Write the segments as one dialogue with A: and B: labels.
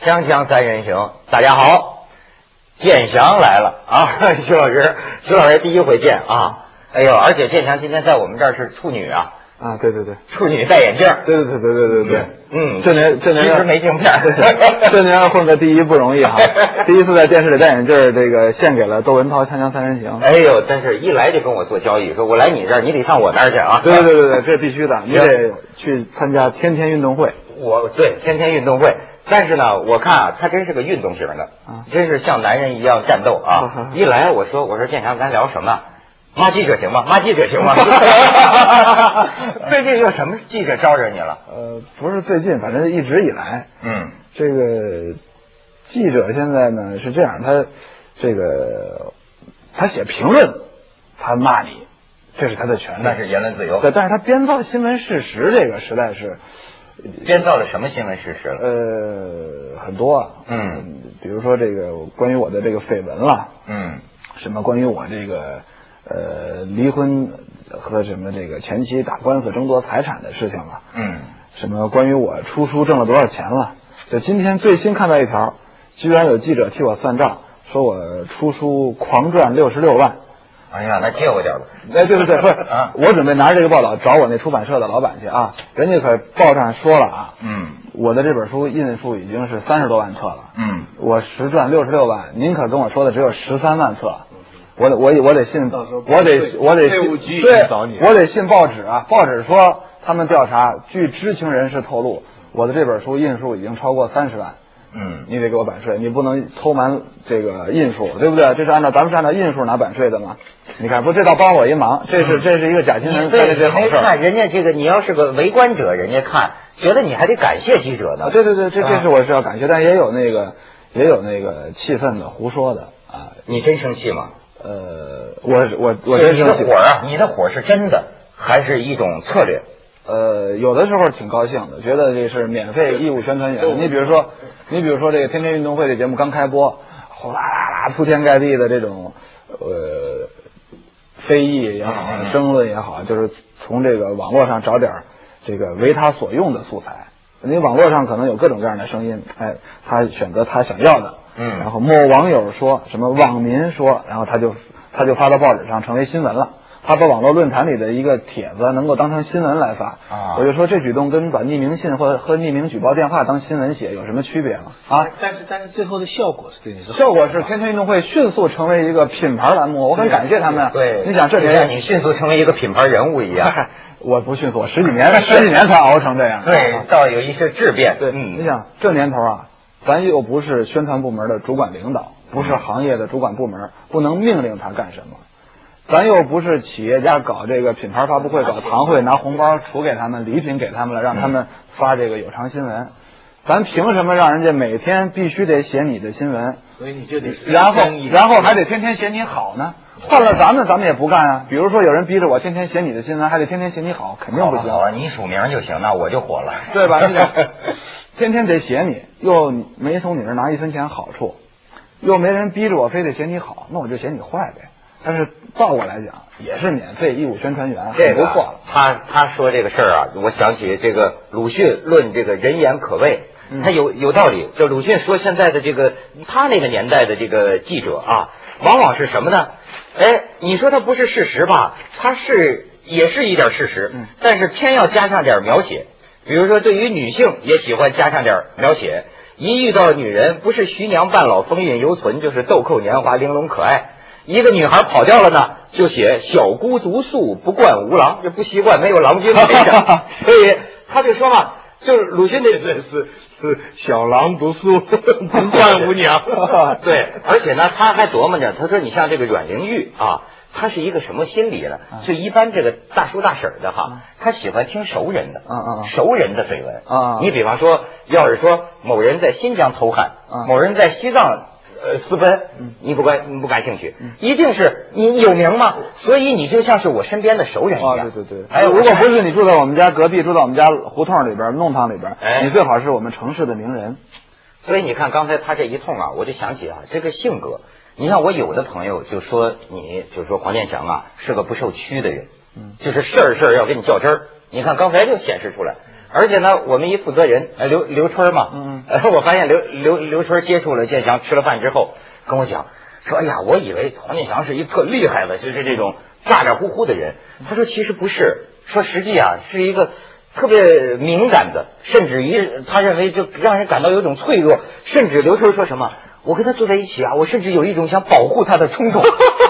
A: 锵锵三人行，大家好，建祥来了啊！ 徐老师，徐老师第一回见啊！哎呦，而且建祥今天在我们这儿是处女啊，
B: 啊，对对对，
A: 处女戴眼镜儿，
B: 对对对对对对对，
A: 嗯，
B: 这年这年
A: 其实没镜片儿，
B: 这年混个第一不容易 哈，第一次在电视里戴眼镜儿，这个献给了窦文涛《锵锵三人行》。
A: 哎呦，真是一来就跟我做交易，说我来你这儿，你得上我那儿去啊！
B: 对对对对，这必须的，你得去参加天天运动会。
A: 我对天天运动会，但是呢，我看啊，他真是个运动型的
B: 啊，
A: 真是像男人一样战斗啊！一来我说我说建强，咱聊什么啊？骂记者行吗？骂记者行 吗？ 最近有什么记者招惹你了？
B: 呃，不是最近，反正一直以来，
A: 嗯
B: 这个记者现在呢是这样，他这个他写评论，他骂你，这是他的权利，
A: 那是言论自由
B: 对，但是他编造新闻事实，这个实在是。
A: 编造了什么新闻事实了？
B: 呃，很多啊，
A: 嗯，
B: 比如说这个关于我的这个绯闻啦，
A: 嗯
B: 什么关于我这个呃离婚和什么这个前妻打官司争夺财产的事情了，
A: 嗯，
B: 什么关于我出书挣了多少钱了，就今天最新看到一条，居然有记者替我算账，说我出书狂赚六十六万。
A: 哎呀，那借我点吧。
B: 哎，对对对，不是
A: 啊，
B: 我准备拿着这个报道找我那出版社的老板去啊，人家可报上说了啊，
A: 嗯
B: 我的这本书印数已经是三十多万册了，
A: 嗯，
B: 我实赚六十六万，您可跟我说的只有十三万册，我得我得我得信，
C: 到时候
B: 我得
C: 对
B: 我得
C: 税
B: 信
C: 务局已经
B: 对
C: 找你，了
B: 我得信报纸啊，报纸说他们调查，据知情人士透露，我的这本书印数已经超过三十万，
A: 嗯
B: 你得给我版税，你不能偷瞒这个印数，对不对？这是按照咱们是按照印数拿版税的嘛？你看，不，这倒帮我一忙，这
C: 嗯
B: 是这是一个假新
A: 你
B: 闻
A: 对
B: 干的这好
A: 没
B: 事儿。
A: 看人家这个，你要是个围观者，人家看觉得你还得感谢记者呢。
B: 啊，对对对，这
A: 啊
B: 这是我是要感谢，但也有那个也有那个气愤的、胡说的啊。
A: 你真生气吗？
B: 呃，我我我
A: 对
B: 真
A: 你
B: 生
A: 的
B: 气
A: 火。啊，你的火是真的，还是一种策略？
B: 呃，有的时候挺高兴的，觉得这是免费义务宣传员。你比如说，你比如说这个天天运动会这节目刚开播，哗啦啦啦铺天盖地的这种呃非议也
A: 嗯嗯
B: 好，
A: 嗯
B: 争论也好，就是从这个网络上找点儿这个为他所用的素材。你网络上可能有各种各样的声音，哎，他选择他想要的，
A: 嗯
B: 然后某网友说什么网民说，然后他就他就发到报纸上成为新闻了。他把网络论坛里的一个帖子能够当成新闻来发，
A: 啊
B: 我就说这举动跟把匿名信或者和匿名举报电话当新闻写有什么区别吗？啊，
C: 但是但是最后的效果是对你是好的
B: 效果是天天运动会迅速成为一个品牌栏目，我很感谢他们。啊
A: 对，
B: 你想这
A: 就像
B: 谁？
A: 你迅速成为一个品牌人物一 样。
B: 嗨我不迅速，我十几年十几年才熬成这样。啊
A: 对，倒有一些质变。
B: 对，你
A: 嗯，
B: 想这年头啊，咱又不是宣传部门的主管领导，不是
A: 嗯
B: 行业的主管部门，不能命令他干什么。咱又不是企业家搞这个品牌发布会、
A: 嗯
B: 搞堂会，拿红包除给他们，礼品给他们了，让他们发这个有偿新闻。咱凭什么让人家每天必须得写你的新闻？
C: 所以你就得
B: 然后
C: 生意
B: 然后还得天天写你好呢。换了咱们，咱们也不干啊。比如说有人逼着我天天写你的新闻，还得天天写你好，肯定
A: 好
B: 不
A: 吧
B: 行，
A: 好吧，你署名就行，那我就火了，
B: 对 吧？你想，天天得写你，又没从你那儿拿一分钱好处，又没人逼着我非得写你好，那我就写你坏呗。但是倒过来讲，也是免费义务宣传员，
A: 这
B: 啊不
A: 个啊
B: 错了。
A: 他他说这个事儿啊，我想起这个鲁迅论这个人言可畏，
B: 嗯
A: 他有有道理。就鲁迅说现在的这个他那个年代的这个记者啊，往往是什么呢？哎，你说他不是事实吧？他是也是一点事实
B: 嗯，
A: 但是偏要加上点描写。比如说，对于女性也喜欢加上点描写。一遇到女人，不是徐娘半老风韵犹存，就是豆蔻年华玲珑可爱。一个女孩跑掉了呢，就写小姑独宿，不惯无郎，就不习惯没有郎君陪着。所以他就说嘛，就是鲁迅那是是是小郎独 宿，不
B: 惯无 娘
A: 对，而且呢，他还琢磨着，他说你像这个阮玲玉啊，她是一个什么心理呢？
B: 嗯
A: 就一般这个大叔大婶儿的哈，他喜欢听熟人的，
B: 嗯嗯嗯
A: 熟人的绯闻
B: 啊
A: 你比方说，要是说某人在新疆偷汉，
B: 啊
A: 某人在西藏。呃，私
B: 嗯
A: 奔，你不关你不感兴趣，一定是你有名吗？所以你就像是我身边的熟人一
B: 啊，
A: 样。
B: 对对对，
A: 哎，
B: 如
A: 我
B: 果不是你住在我们家隔壁，住在我们家胡同里边、弄堂里边，
A: 哎
B: 你最好是我们城市的名人。
A: 所以你看刚才他这一通啊，我就想起啊，这个性格。你看我有的朋友就说你，就说黄健翔啊是个不受屈的人，就是事儿事儿要跟你较真儿。你看刚才就显示出来，而且呢，我们一负责人，呃，刘刘春儿嘛，
B: 嗯
A: 呃， 我发现刘刘刘春儿接触了建翔，吃了饭之后跟我讲说，哎呀，我以为黄健翔是一特厉害的，就是这种咋咋呼呼的人。他说其实不是，说实际啊是一个特别敏感的，甚至于他认为就让人感到有一种脆弱，甚至刘春儿说什么，我跟他坐在一起啊，我甚至有一种想保护他的冲动。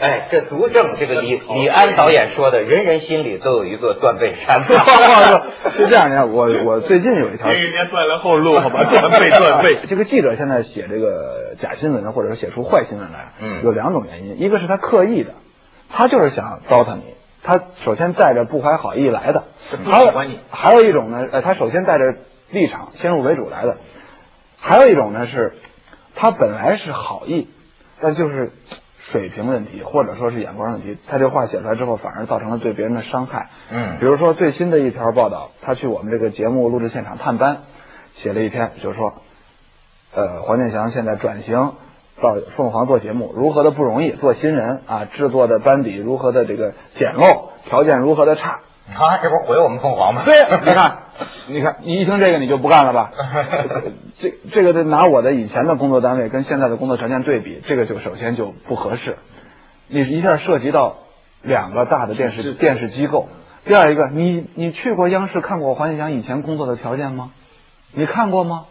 A: 哎，这足证这个李李安导演说的，人人心里都有一座断背山。
B: 是这样的，我我最近有一条
D: 给人家断了后路，好吧， 断背断背。
B: 这个记者现在写这个假新闻，或者是写出坏新闻来，啊
A: 嗯
B: 有两种原因，一个是他刻意的，他就是想糟蹋你，他首先带着不怀好意来的，
D: 不
B: 还
D: 喜
B: 有
D: 欢你
B: 还有一种呢，呃，他首先带着立场先入为主来的，还有一种呢是，他本来是好意，但就是水平问题或者说是眼光问题，他这话写出来之后，反而造成了对别人的伤害。
A: 嗯
B: 比如说最新的一条报道，他去我们这个节目录制现场探班，写了一篇，就是说，呃，黄健翔现在转型到凤凰做节目，如何的不容易，做新人啊，制作的班底如何的这个简陋，条件如何的差。
A: 啊，这不是毁我们凤凰吗？
B: 对， 你看，你看，你一听这个你就不干了吧？这这个得拿我的以前的工作单位跟现在的工作条件对比，这个就首先就不合适。你一下涉及到两个大的电视电视机构，第二一个，你你去过央视看过黄健翔以前工作的条件吗？你看过吗？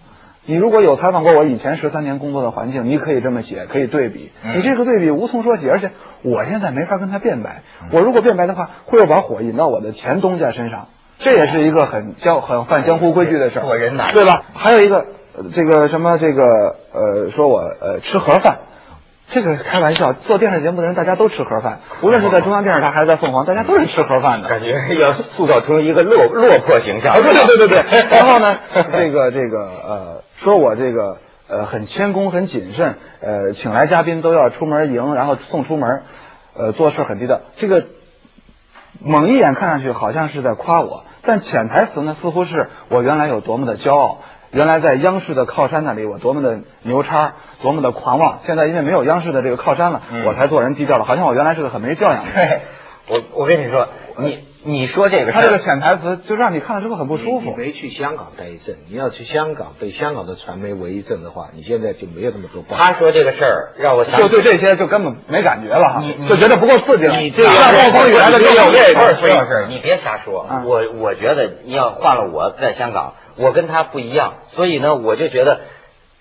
B: 你如果有采访过我以前十三年工作的环境，你可以这么写，可以对比。
A: 嗯
B: 你这个对比无从说起，而且我现在没法跟他辩白。我如果辩白的话，会有把火引到我的前东家身上，这也是一个很江很犯江湖规矩的事儿，
A: 做哦人难
B: 对吧？还有一个呃这个什么这个呃，说我呃吃盒饭。这个开玩笑，做电视节目的人大家都吃盒饭，无论是在中央电视台还是在凤凰，大家都是吃盒饭的。
A: 感觉要塑造出一个落落魄形象。
B: 啊， 对对对 对对。然后呢，这个这个呃，说我这个呃很谦恭很谨慎，呃，请来嘉宾都要出门迎，然后送出门，呃，做事很低调。这个猛一眼看上去好像是在夸我，但潜台词呢，似乎是我原来有多么的骄傲。原来在央视的靠山那里，我多么的牛叉，多么的狂妄。现在因为没有央视的这个靠山了，
A: 嗯
B: 我才做人低调了，好像我原来是个很没教养 的人。
A: 对，我我跟你说，你你说这个事
B: 他这个
A: 儿，
B: 潜台词就让你看了之后很不舒
C: 你
B: 服。
C: 没去香港待一阵，你要去香港被香港的传媒为一阵的话，你现在就没有那么多报。
A: 他说这个事儿让我想起
B: 就对这些就根本没感觉了哈
A: 你，
B: 啊就觉得不够刺激了。
A: 你这个
B: 让暴风雨来了之后，
A: 不是不是，你别瞎说
B: 啊。
A: 我我觉得你要换了我在香港，我跟他不一样，所以呢，我就觉得，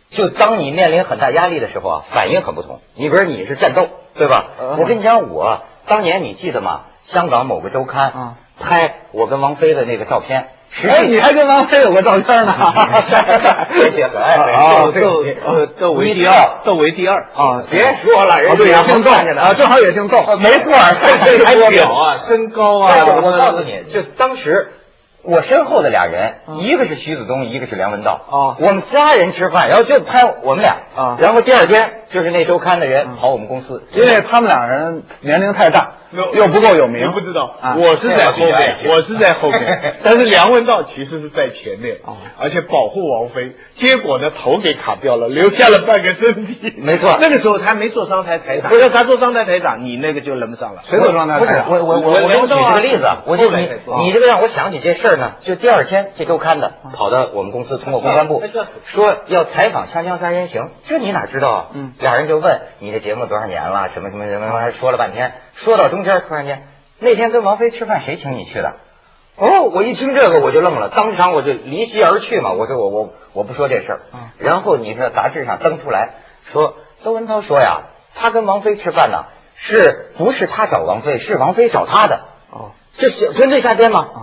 A: 就当你面临很大压力的时候啊，反应很不同。你比如你是战斗，对吧
B: 啊？
A: 我跟你讲，我当年你记得吗？香港某个周
B: 啊
A: 刊拍我跟王菲的那个照片，实
B: 哎，
A: 际
B: 你还跟王菲有个照片呢，
A: 而且很爱美
B: 啊
A: 对不起
B: 窦
A: 窦唯第
B: 二，
C: 窦唯第二，
B: 啊，
A: 别说了，人
B: 哦对，
A: 家
B: 也
A: 能
B: 姓窦
A: 看见的
B: 啊，正好也姓窦，
A: 没错 儿，
B: 还
A: 表
B: 表
A: 啊，
C: 身高
A: 但是嗯我告诉你，就当时我身后的俩人，一个是徐子东，一个是梁文道。
B: 哦
A: 我们仨人吃饭，然后就拍我们俩。
B: 啊
A: 然后第二天就是那周刊的人跑我们公司，
B: 因为他们两人年龄太大，又不够有名，
D: 你不知道，
B: 啊
D: 我是在后
A: 这样比较爱
D: 面，
A: 情
D: 我是在后 面，但是梁文道其实是在前面，而且保护王菲，结果呢头给卡掉了，留下了半个身体。
A: 没错
D: 那个时候他没做商台台长，不是他做商台台长，你那个就轮不上了。
B: 谁都装那啊
A: 不是，我我我我给你举这个例子，我就你你这个让我想起这事儿呢，就第二天这周刊的跑到我们公司，通过公关部说要采访《锵锵三人行》，这你哪知道啊？
B: 嗯
A: 俩人就问你这节目多少年了，什么什么什么什么，说了半天，说到中间突然间，那天跟王菲吃饭谁请你去的？哦，我一听这个我就愣了，当场我就离席而去嘛。我说我我我不说这事儿。然后你说杂志上登出来说，窦文涛说呀，他跟王菲吃饭呢，是不是他找王菲，是王菲找他的？
B: 哦，
A: 这是纯粹瞎编吗？
B: 啊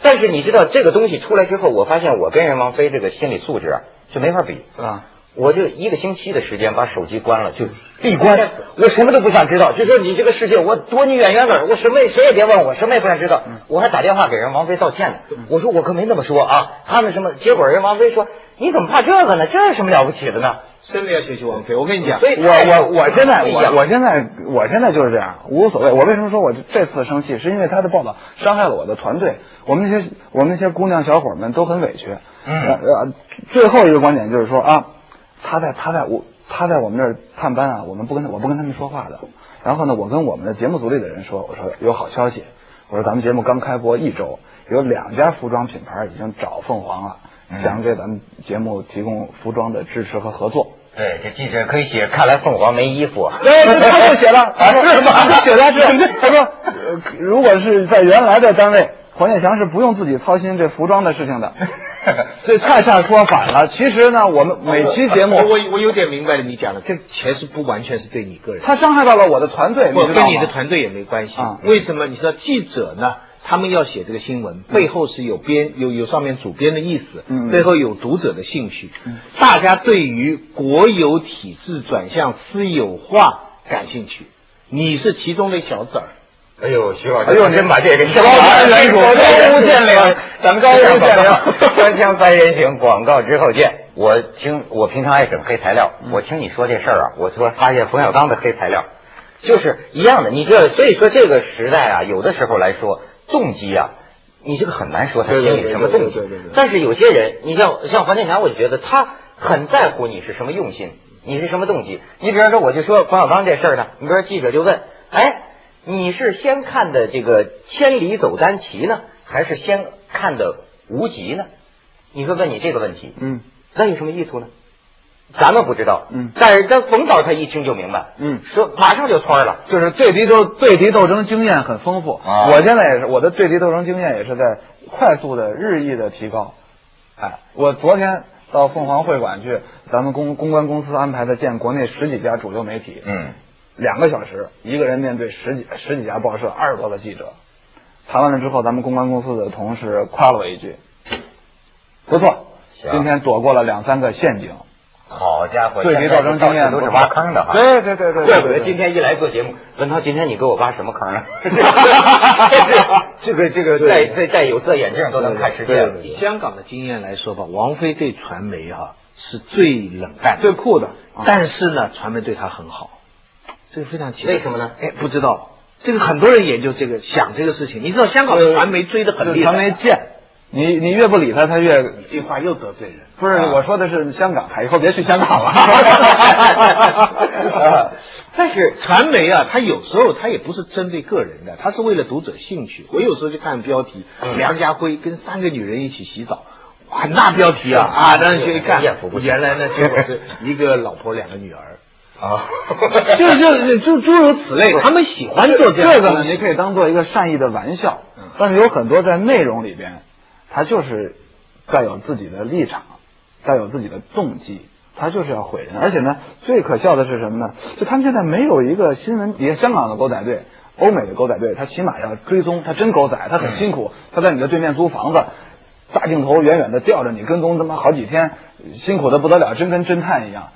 A: 但是你知道这个东西出来之后，我发现我跟人王菲这个心理素质啊，就没法比。
B: 是吧？
A: 我就一个星期的时间把手机关了，就闭关，我什么都不想知道。就说你这个世界，我躲你远远点儿，我什么也谁也别问我，什么也不想知道。我还打电话给人王菲道歉呢，我说我可没那么说啊，他们什么？结果人王菲说你怎么怕这个呢？这有什么了不起的呢？
D: 真的要学习王菲，我跟你讲，
A: 所以
B: 我我我现在
A: 不一
B: 我
A: 样
B: 我现在我现在就是这样，无所谓。我为什么说我这次生气，是因为他的报道伤害了我的团队。我们那些我们那些姑娘小伙们都很委屈。
A: 嗯
B: 呃呃，最后一个观点就是说啊，他在他在我他在我们这儿探班啊，我们不跟他我不跟他们说话的。然后呢，我跟我们的节目组里的人说，我说有好消息，我说咱们节目刚开播一周，有两家服装品牌已经找凤凰了，
A: 嗯
B: 想给咱们节目提供服装的支持和合作。
A: 对，这记者可以写，看来凤凰没衣服啊。
B: 对，这他给我 写了，他 说
A: 啊是吗
B: 他写的 是， 他说，呃如果是在原来的单位，黄健翔是不用自己操心这服装的事情的。这恰恰说反了。其实呢，我们每期节目，
D: 哦
C: 我我我有点明白了你讲的，这钱是不完全是对你个人，
B: 他伤害到了我的团队，你
C: 我
B: 知道
C: 跟
B: 吗？
C: 你的团队也没关系
B: 啊。
C: 为什么？你知道记者呢？他们要写这个新闻，背后是有编有有上面主编的意思，
B: 嗯
C: 背后有读者的兴趣。大家对于国有体制转向私有化感兴趣，你是其中的小子儿。
A: 哎呦，徐老师，
B: 哎呦
A: 你真把这个
B: 高屋建瓴
A: 高屋建 瓴，
B: 咱
A: 哎
B: 们
A: 高
B: 高
A: 屋
B: 屋
A: 建
B: 建
A: 瓴，
B: 瓴
A: 官腔三人行，广告之后见。我听我平常爱整黑材料，我听你说这事儿啊，我突然发现冯小刚的黑材料就是一样的。你这所以说这个时代啊，有的时候来说动机啊，你这个很难说他
C: 对对
A: 心里什么动机
C: 对对对对对。
A: 但是有些人，你像像黄健翔，我就觉得他很在乎你是什么用心，你是什么动机。你比方说，我就说冯小刚这事儿呢，你比如说记者就问，哎，你是先看的这个《千里走单骑》呢，还是先看的《无极》呢？你会问你这个问题，
B: 嗯，
A: 那有什么意图呢？咱们不知道，
B: 嗯
A: 但是但冯导他一听就明白，
B: 嗯
A: 说马上就穿了，
B: 就是对敌斗对敌斗争经验很丰富。
A: 啊
B: 我现在也是，我的对敌斗争经验也是在快速的日益的提高。哎，我昨天到凤凰会馆去，咱们公公关公司安排的见国内十几家主流媒体，
A: 嗯，
B: 两个小时，一个人面对十几十几家报社，二十多个记者。谈完了之后，咱们公关公司的同事夸了我一句：“不错，
A: 行
B: 今天躲过了两三个陷阱。
A: 好家”伙，
B: 对
A: 现
B: 敌
A: 在
B: 斗争
A: 到
B: 经
A: 处
B: 验
A: 都是
B: 不
A: 挖
B: 错
A: 坑的哈，
B: 对对对对，
A: 怪不得
B: 对对
A: 今天一来做节目，文涛，今天你给我挖什么坑啊 了？
B: 这个这个
A: 戴戴戴有色眼镜都能看世界了。
C: 以香港的经验来说吧，王菲对传媒哈、是最冷淡、
B: 最酷的啊
C: 但是呢，传媒对她很好，这个非常奇怪。
A: 为什么呢
C: 哎，不知道。这个很多人研究这个，想这个事情。你知道香港的传媒追得很厉害，
B: 传媒贱，你你越不理他，他越
C: 这句话又得罪人。
B: 不是、
A: 啊
B: 我说的是香港，以后别去香 港了。
C: 但是传媒啊，它有时候它也不是针对个人的，它是为了读者兴趣。我有时候就看标题，梁家辉跟三个女人一起洗澡，哇，那标题啊啊，当时去一看
A: 艳福不，行
C: 原来呢，结果是一个老婆两个女 儿，
A: 啊，
C: 就就就诸如此类，他们喜欢做这样
B: 这
C: 的
B: 个
C: 东
B: 呢，
C: 西嗯
B: 你可以当做一个善意的玩笑，但是有很多在内容里边，他就是带有自己的立场，带有自己的动机，他就是要毁人。而且呢，最可笑的是什么呢？就他们现在没有一个新闻，也香港的狗仔队。欧美的狗仔队，他起码要追踪，他真狗仔，他很辛苦，他在你的对面租房子，大镜头远远的吊着你，跟踪他妈好几天，辛苦的不得了，真跟侦探一样。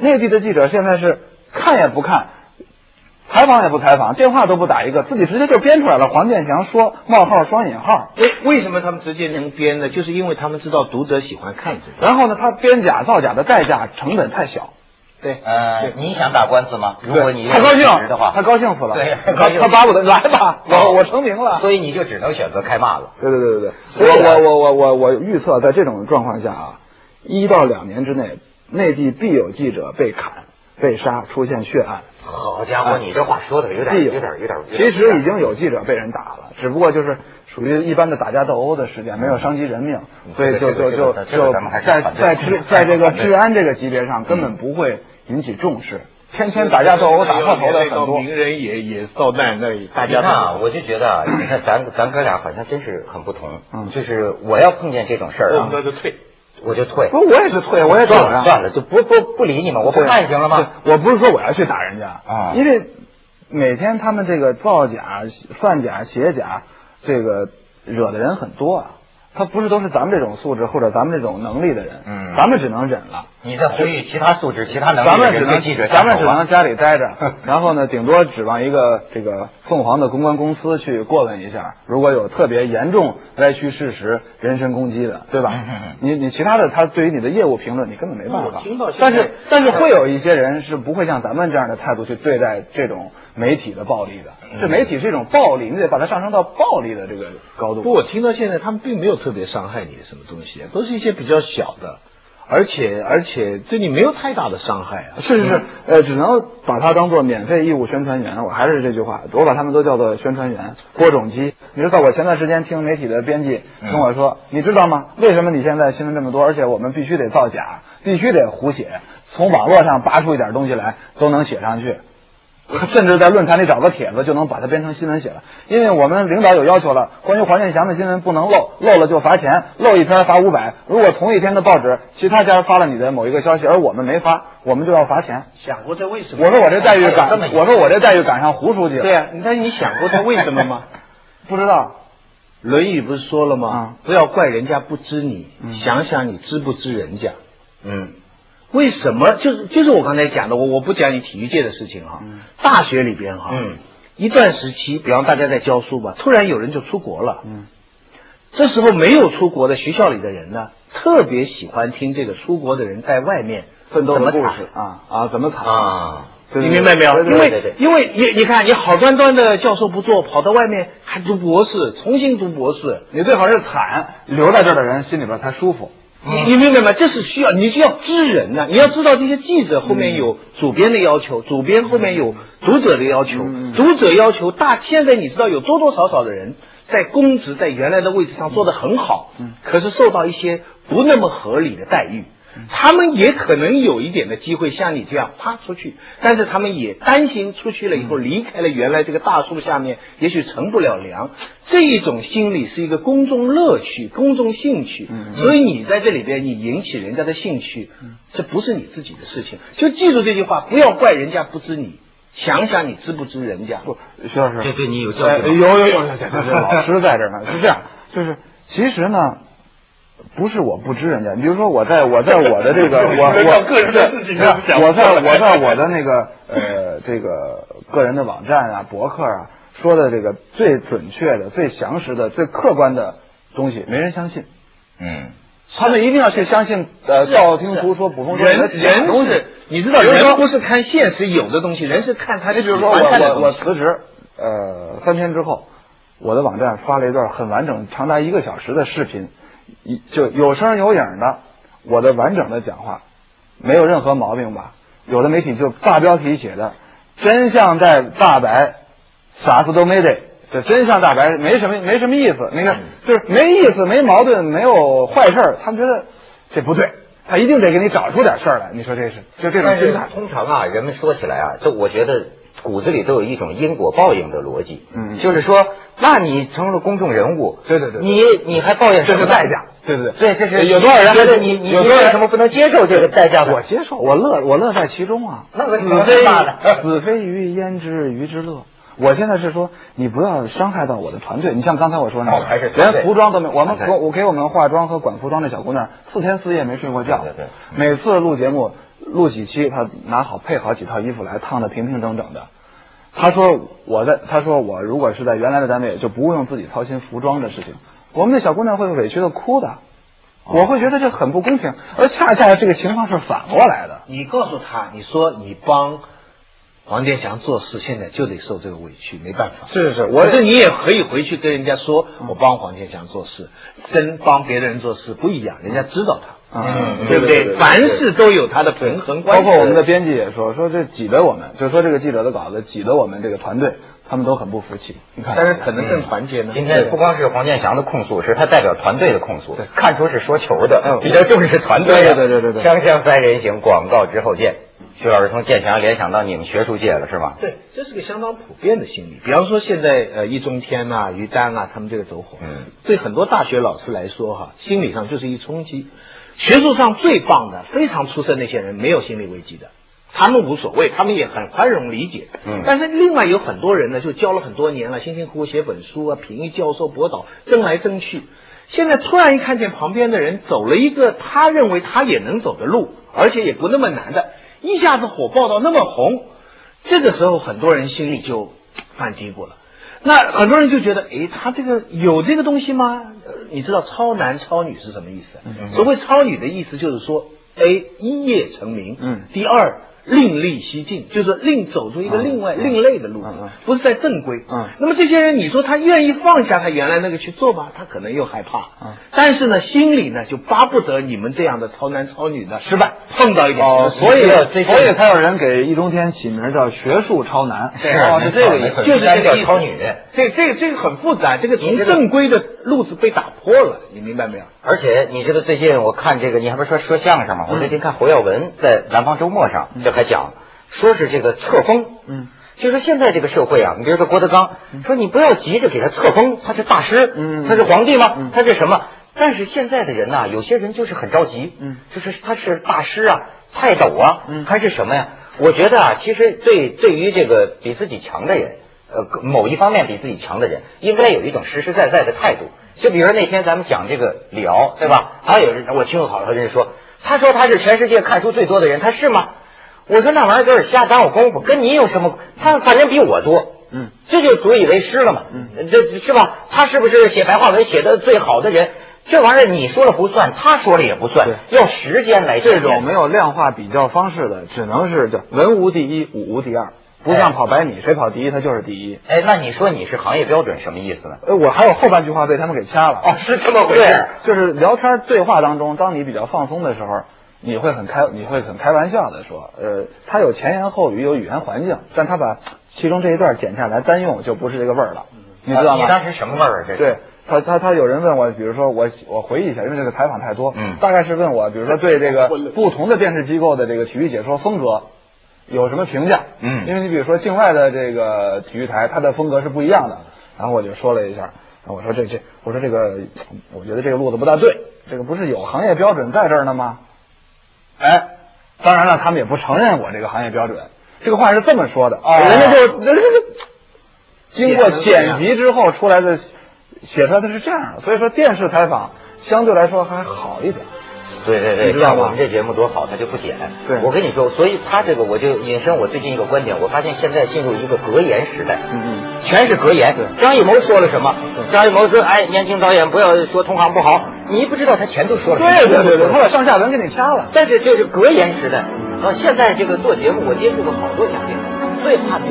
B: 内地的记者现在是看也不看，采访也不采访，电话都不打一个，自己直接就编出来了。黄健翔说冒号双引号，
C: 为为什么他们直接能编呢？就是因为他们知道读者喜欢看这个。
B: 然后呢，他编假造假的代价成本太小，
C: 对，
A: 呃，你想打官司吗？如果你
B: 对他高兴
A: 要是的话，
B: 他高兴死了，
A: 对
B: 他
A: 高兴
B: 他巴不得来吧，我我成名了。
A: 所以你就只能选择开骂了。
B: 对对对对
A: 所以啊
B: 对，我我我我我我预测在这种状况下啊，一到两年之内，内地必有记者被砍、被杀，出现血案。
A: 好家伙，你这话说的有点有点有点。
B: 哎其实已经有记者被人打了，只不过就是属于一般的打架斗殴的事件，没有伤及人命，所以就就就就在在治在这个治安这个级别上根本不会引起重视。天天打架斗殴、打破头的很多，
D: 名人也也遭难那里，大
A: 你
D: 家
A: 看
D: 都
A: 啊，我就觉得啊， 你看咱咱哥俩好像真是很不同。
B: 嗯
A: 就是我要碰见这种事儿啊
D: 我，们就退。
A: 我就退。
B: 不，我也是退，我也
A: 算
B: 转
A: 了
B: 啊。
A: 算了，就不不不理你们，我不看行了吗？
B: 对我不是说我要去打人家
A: 啊
B: 因为每天他们这个造假、贩假、鞋假，这个惹的人很多啊。他不是都是咱们这种素质或者咱们这种能力的人，
A: 嗯
B: 咱们只能忍了。
A: 你在呼吁其他素质、其他能
B: 咱
A: 力的
B: 们只
A: 人
B: 能
A: 跟记者啊相
B: 咱们
A: 处
B: 只
A: 吧
B: 能。家里待着，然后呢，顶多指望一个这个凤凰的公关公司去过问一下，如果有特别严重歪曲事实、人身攻击的，对吧
A: 嗯嗯嗯？
B: 你你其他的，他对于你的业务评论，你根本没办
C: 那
B: 法
C: 我听到。现在
B: 但是但是会有一些人是不会像咱们这样的态度去对待这种媒体的暴力的，
A: 嗯
B: 这媒体是一种暴力，你得把它上升到暴力的这个高度。
C: 不，我听到现在他们并没有特别伤害你什么东西，都是一些比较小的。而且而且对你没有太大的伤害啊。
B: 是是是，呃，只能把它当做免费义务宣传员。我还是这句话，我把他们都叫做宣传员、播种机。你知道，我前段时间听媒体的编辑跟我说，你知道吗？为什么你现在新闻这么多？而且我们必须得造假，必须得胡写，从网络上扒出一点东西来都能写上去。 甚至在论坛里找个帖子就能把它编成新闻写了，因为我们领导有要求了，关于黄健翔的新闻不能漏，漏了就罚钱，漏一篇罚五百。如果同一天的报纸其他家发了你的某一个消息，而我们没发，我们就要罚钱。
D: 想过这为什
B: 我
D: 么？
B: 说我这待遇赶，
D: 这么严
B: 我说我这待遇赶上胡书记了。
C: 对啊，但是你想过他为什么 吗？
B: 不知道，
C: 《论语》不是说了
D: 嗯
C: 吗？不要怪人家不知你，想想你知不知人家。
A: 嗯，
C: 为什么？就是就是我刚才讲的，我我不讲你体育界的事情哈。
D: 嗯
C: 大学里边哈，
A: 嗯
C: 一段时期，比方大家在教书吧，突然有人就出国了。嗯，这时候没有出国的学校里的人呢，特别喜欢听这个出国的人在外面
B: 奋斗
C: 怎
B: 的
C: 么
B: 故
C: 惨
B: 事啊啊，怎么惨？
A: 啊，
B: 对
C: 你明白没有？
A: 对对
C: 因
A: 对
C: 为
A: 对
C: 因为你你看，你好端端的教授不做，跑到外面还读博士，重新读博士，
B: 你最好是惨，留在这儿的人心里边才舒服。
A: 嗯
C: 你你明白吗？这是需要，你需要知人呐、你要知道这些记者后面
A: 嗯
C: 有主编的要求，主编后面有读者的要求，
A: 嗯
C: 读者要求大。现在你知道有多多少少的人在公职在原来的位置上做得很好，
A: 嗯
C: 可是受到一些不那么合理的待遇。嗯他们也可能有一点的机会像你这样啪出去，但是他们也担心出去了以
A: 嗯
C: 后离开了原来这个大树下面，也许乘不了凉。这一种心理是一个公众乐趣、公众兴趣，
A: 嗯
C: 所以你在这里边你引起人家的兴趣，这不是你自己的事情。就记住这句话，不要怪人家不知你，想想你知不知人家。
B: 不，徐老师，
A: 这对你有教
B: 哎
A: 训吗？
B: 有有有有有，有老师在这儿呢。是这样，就是其实呢，不是我不知人家。你比如说，我在我在我的这个我
D: 有
B: 我
D: 点个人的事情
B: 是啊
D: 想不
B: 我在
D: 出来
B: 我在我的那个呃这个个人的网站啊、博客啊说的这个最准确的、最详实的、最客观的东西，没人相信。
A: 嗯，
B: 他们一定要去相信呃道听途说、捕风捉影的
C: 人
B: 假
C: 人
B: 东西
C: 是。，你知道，
B: 比如说
C: 人不是看现实有的东西，人是看他
B: 你比如
C: 喜
B: 说
C: 欢
B: 我
C: 看的
B: 我我
C: 东西
B: 辞职，呃，三天之后，我的网站发了一段很完整、长达一个小时的视频，一就有声有影的，我的完整的讲话，没有任何毛病吧？有的媒体就大标题写的“真相在大白”，啥子都没得。这真相大白没什么没什么意思，那个就是没意思、没矛盾、没有坏事儿他们觉得这不对，他一定得给你找出点事儿来。你说这是就这种
A: 但
B: 心
A: 是
B: 态，
A: 通常啊，人们说起来啊，这我觉得骨子里都有一种因果报应的逻辑。
B: 嗯
A: 就是说，那你成了公众人物，
B: 对对对
A: 你你还抱怨什么代价？
B: 对对对。
A: 对，这是
B: 有多少人
A: 觉得
B: 还
A: 你你你
B: 有多少人
A: 为什么不能接受这个代价呢？
B: 我接受，我乐，我乐在其中啊。
A: 那个
B: 子
A: 那个
B: 非
A: 大的
B: 子非鱼，焉知鱼之乐？我现在是说，你不要伤害到我的团队。你像刚才我说那
A: 哦还是
B: 个，
A: 团队
B: 连服装都没有。我们
A: 团队
B: 我我给我们化妆和管服装的小姑娘，四天四夜没睡过觉。
A: 对对对
B: 每次录节目录几期，她拿好配好几套衣服来，烫的平平整整的。她说我在，她说我如果是在原来的单位，就不用自己操心服装的事情。我们的小姑娘会委屈的哭的，我会觉得这很不公平，而恰恰这个情况是反过来的。
C: 你告诉他，你说你帮王建祥做事，现在就得受这个委屈，没办法。
B: 是是是我
C: 可是你也可以回去跟人家说，
B: 嗯
C: 我帮黄健翔做事，跟帮别人做事不一样，人家知道他，
B: 嗯
C: 对不
D: 对对
C: 对？
D: 对
C: 凡事都有他的平衡关
B: 包
C: 系。
B: 括我们的编辑也说，说这挤得我们，就是说这个记者的稿子挤得我们这个团队，他们都很不服气。你看，嗯
C: 但是可能更团结呢。
A: 今天不光是黄健翔的控诉，是他代表团队的控诉
B: 对，
A: 看出是说球的
B: 嗯，
A: 比较重视团队啊。
B: 对对对对对
A: 锵锵三人行，广告之后见。徐老师从健翔联想到你们学术界了，是吗？
C: 对，这是个相当普遍的心理。比方说现在呃，易中天呐、于丹啊，他们这个走火，
A: 嗯，
C: 对很多大学老师来说哈，心理上就是一冲击。学术上最棒的、非常出色那些人，没有心理危机的，他们无所谓，他们也很宽容理解。
A: 嗯
C: 但是另外有很多人呢，就教了很多年了，辛辛苦苦写本书啊，评议教授、博导，争来争去。现在突然一看见旁边的人走了一个他认为他也能走的路，而且也不那么难的，一下子火爆到那么红，这个时候很多人心里就犯嘀咕了。那很多人就觉得，诶，他这个有这个东西吗？呃你知道超男超女是什么意思？所谓超女的意思就是说，A 一夜成名，
B: 嗯
C: 第二另立西进，就是另走出一个另外、另类的路子，不是在正规。
B: 嗯
C: 那么这些人，你说他愿意放下他原来那个去做吗？他可能又害怕。
B: 嗯
C: 但是呢，心里呢就巴不得你们这样的超男超女呢失败，碰到一点什么
B: 哦，
C: 事情。
B: 所以
A: 这些
B: 所以才有人给易中天起名叫学术超男，
A: 哦
B: 哦，
A: 是
B: 是
A: 这个
B: 这个
A: 意
B: 意
A: 思，
B: 思。
A: 就是这个
C: 叫
A: 意思超女
C: 这这这个很复杂，这个从正规的路子被打破了，你明白没有？
A: 而且你知道最近我看这个，你还不是说说相声吗？我最近看侯耀文在《南方周末》上，这还讲说是这个册封，
B: 嗯，
A: 就说现在这个社会啊，你比如说郭德纲，说你不要急着给他册封，他是大师，
B: 嗯
A: 他是皇帝吗
B: 嗯？
A: 他是什么？但是现在的人呐、有些人就是很着急，
B: 嗯，
A: 就是他是大师啊，蔡斗啊，
B: 嗯
A: 还是什么呀？我觉得啊，其实对对于这个比自己强的人，呃，某一方面比自己强的人，应该有一种实实在在的态度。就比如那天咱们讲这个李敖，对吧？还有人我听好多人说，他说他是全世界看书最多的人，他是吗？我说那玩意儿就是瞎耽误功夫，跟你有什么？他反正比我多，
B: 嗯，
A: 这就足以为师了嘛，嗯，这这是吧？他是不是写白话文写的最好的人？这玩意儿你说了不算，他说了也不算，要时间来
B: 这
A: 检验
B: 种没有量化比较方式的，只能是叫文无第一，武无第二。不
A: 哎
B: 像跑百米，谁跑第一他就是第一。
A: 哎，那你说你是行业标准什么意思呢？
B: 呃，我还有后半句话被他们给掐了。
A: 哦，是这么回
B: 对
A: 事。，
B: 就是聊天对话当中，当你比较放松的时候，你会很开，你会很开玩笑的说，呃，他有前言后语，有语言环境，但他把其中这一段剪下来单用，就不是这个味儿了，你知道
A: 啊
B: 吗？
A: 你当时什么味儿啊？这是
B: 对。他他他有人问我，比如说我我回忆一下，因为这个采访太多，
A: 嗯
B: 大概是问我，比如说对 这个不同的电视机构的这个体育解说风格有什么评价？
A: 嗯
B: 因为你比如说境外的这个体育台，它的风格是不一样的。然后我就说了一下，然后我说这这，我说这个，我觉得这个路子不大对，这个不是有行业标准在这儿呢吗？哎，当然了，他们也不承认我这个行业标准。这个话是这么说的，
A: 哦
B: 人家就人家就经过剪辑之后出来的写出来的是这样的，所以说电视采访相对来说还好一点。
A: 对对对，
B: 你知道
A: 像
B: 吗
A: 我们这节目多好，他就不剪。
B: 对
A: 我跟你说，所以他这个我就引申我最近一个观点，我发现现在进入一个格言时代。
B: 嗯嗯。
A: 全是格言。
B: 对
A: 张艺谋说了什么？张艺谋说：“哎，年轻导演不要说同行不好。”你不知道他前头说了什么。
B: 对对对对，他把上下文给你掐了。
A: 但是这是格言时代。啊，现在这个做节目，我接触过好多嘉宾，最怕就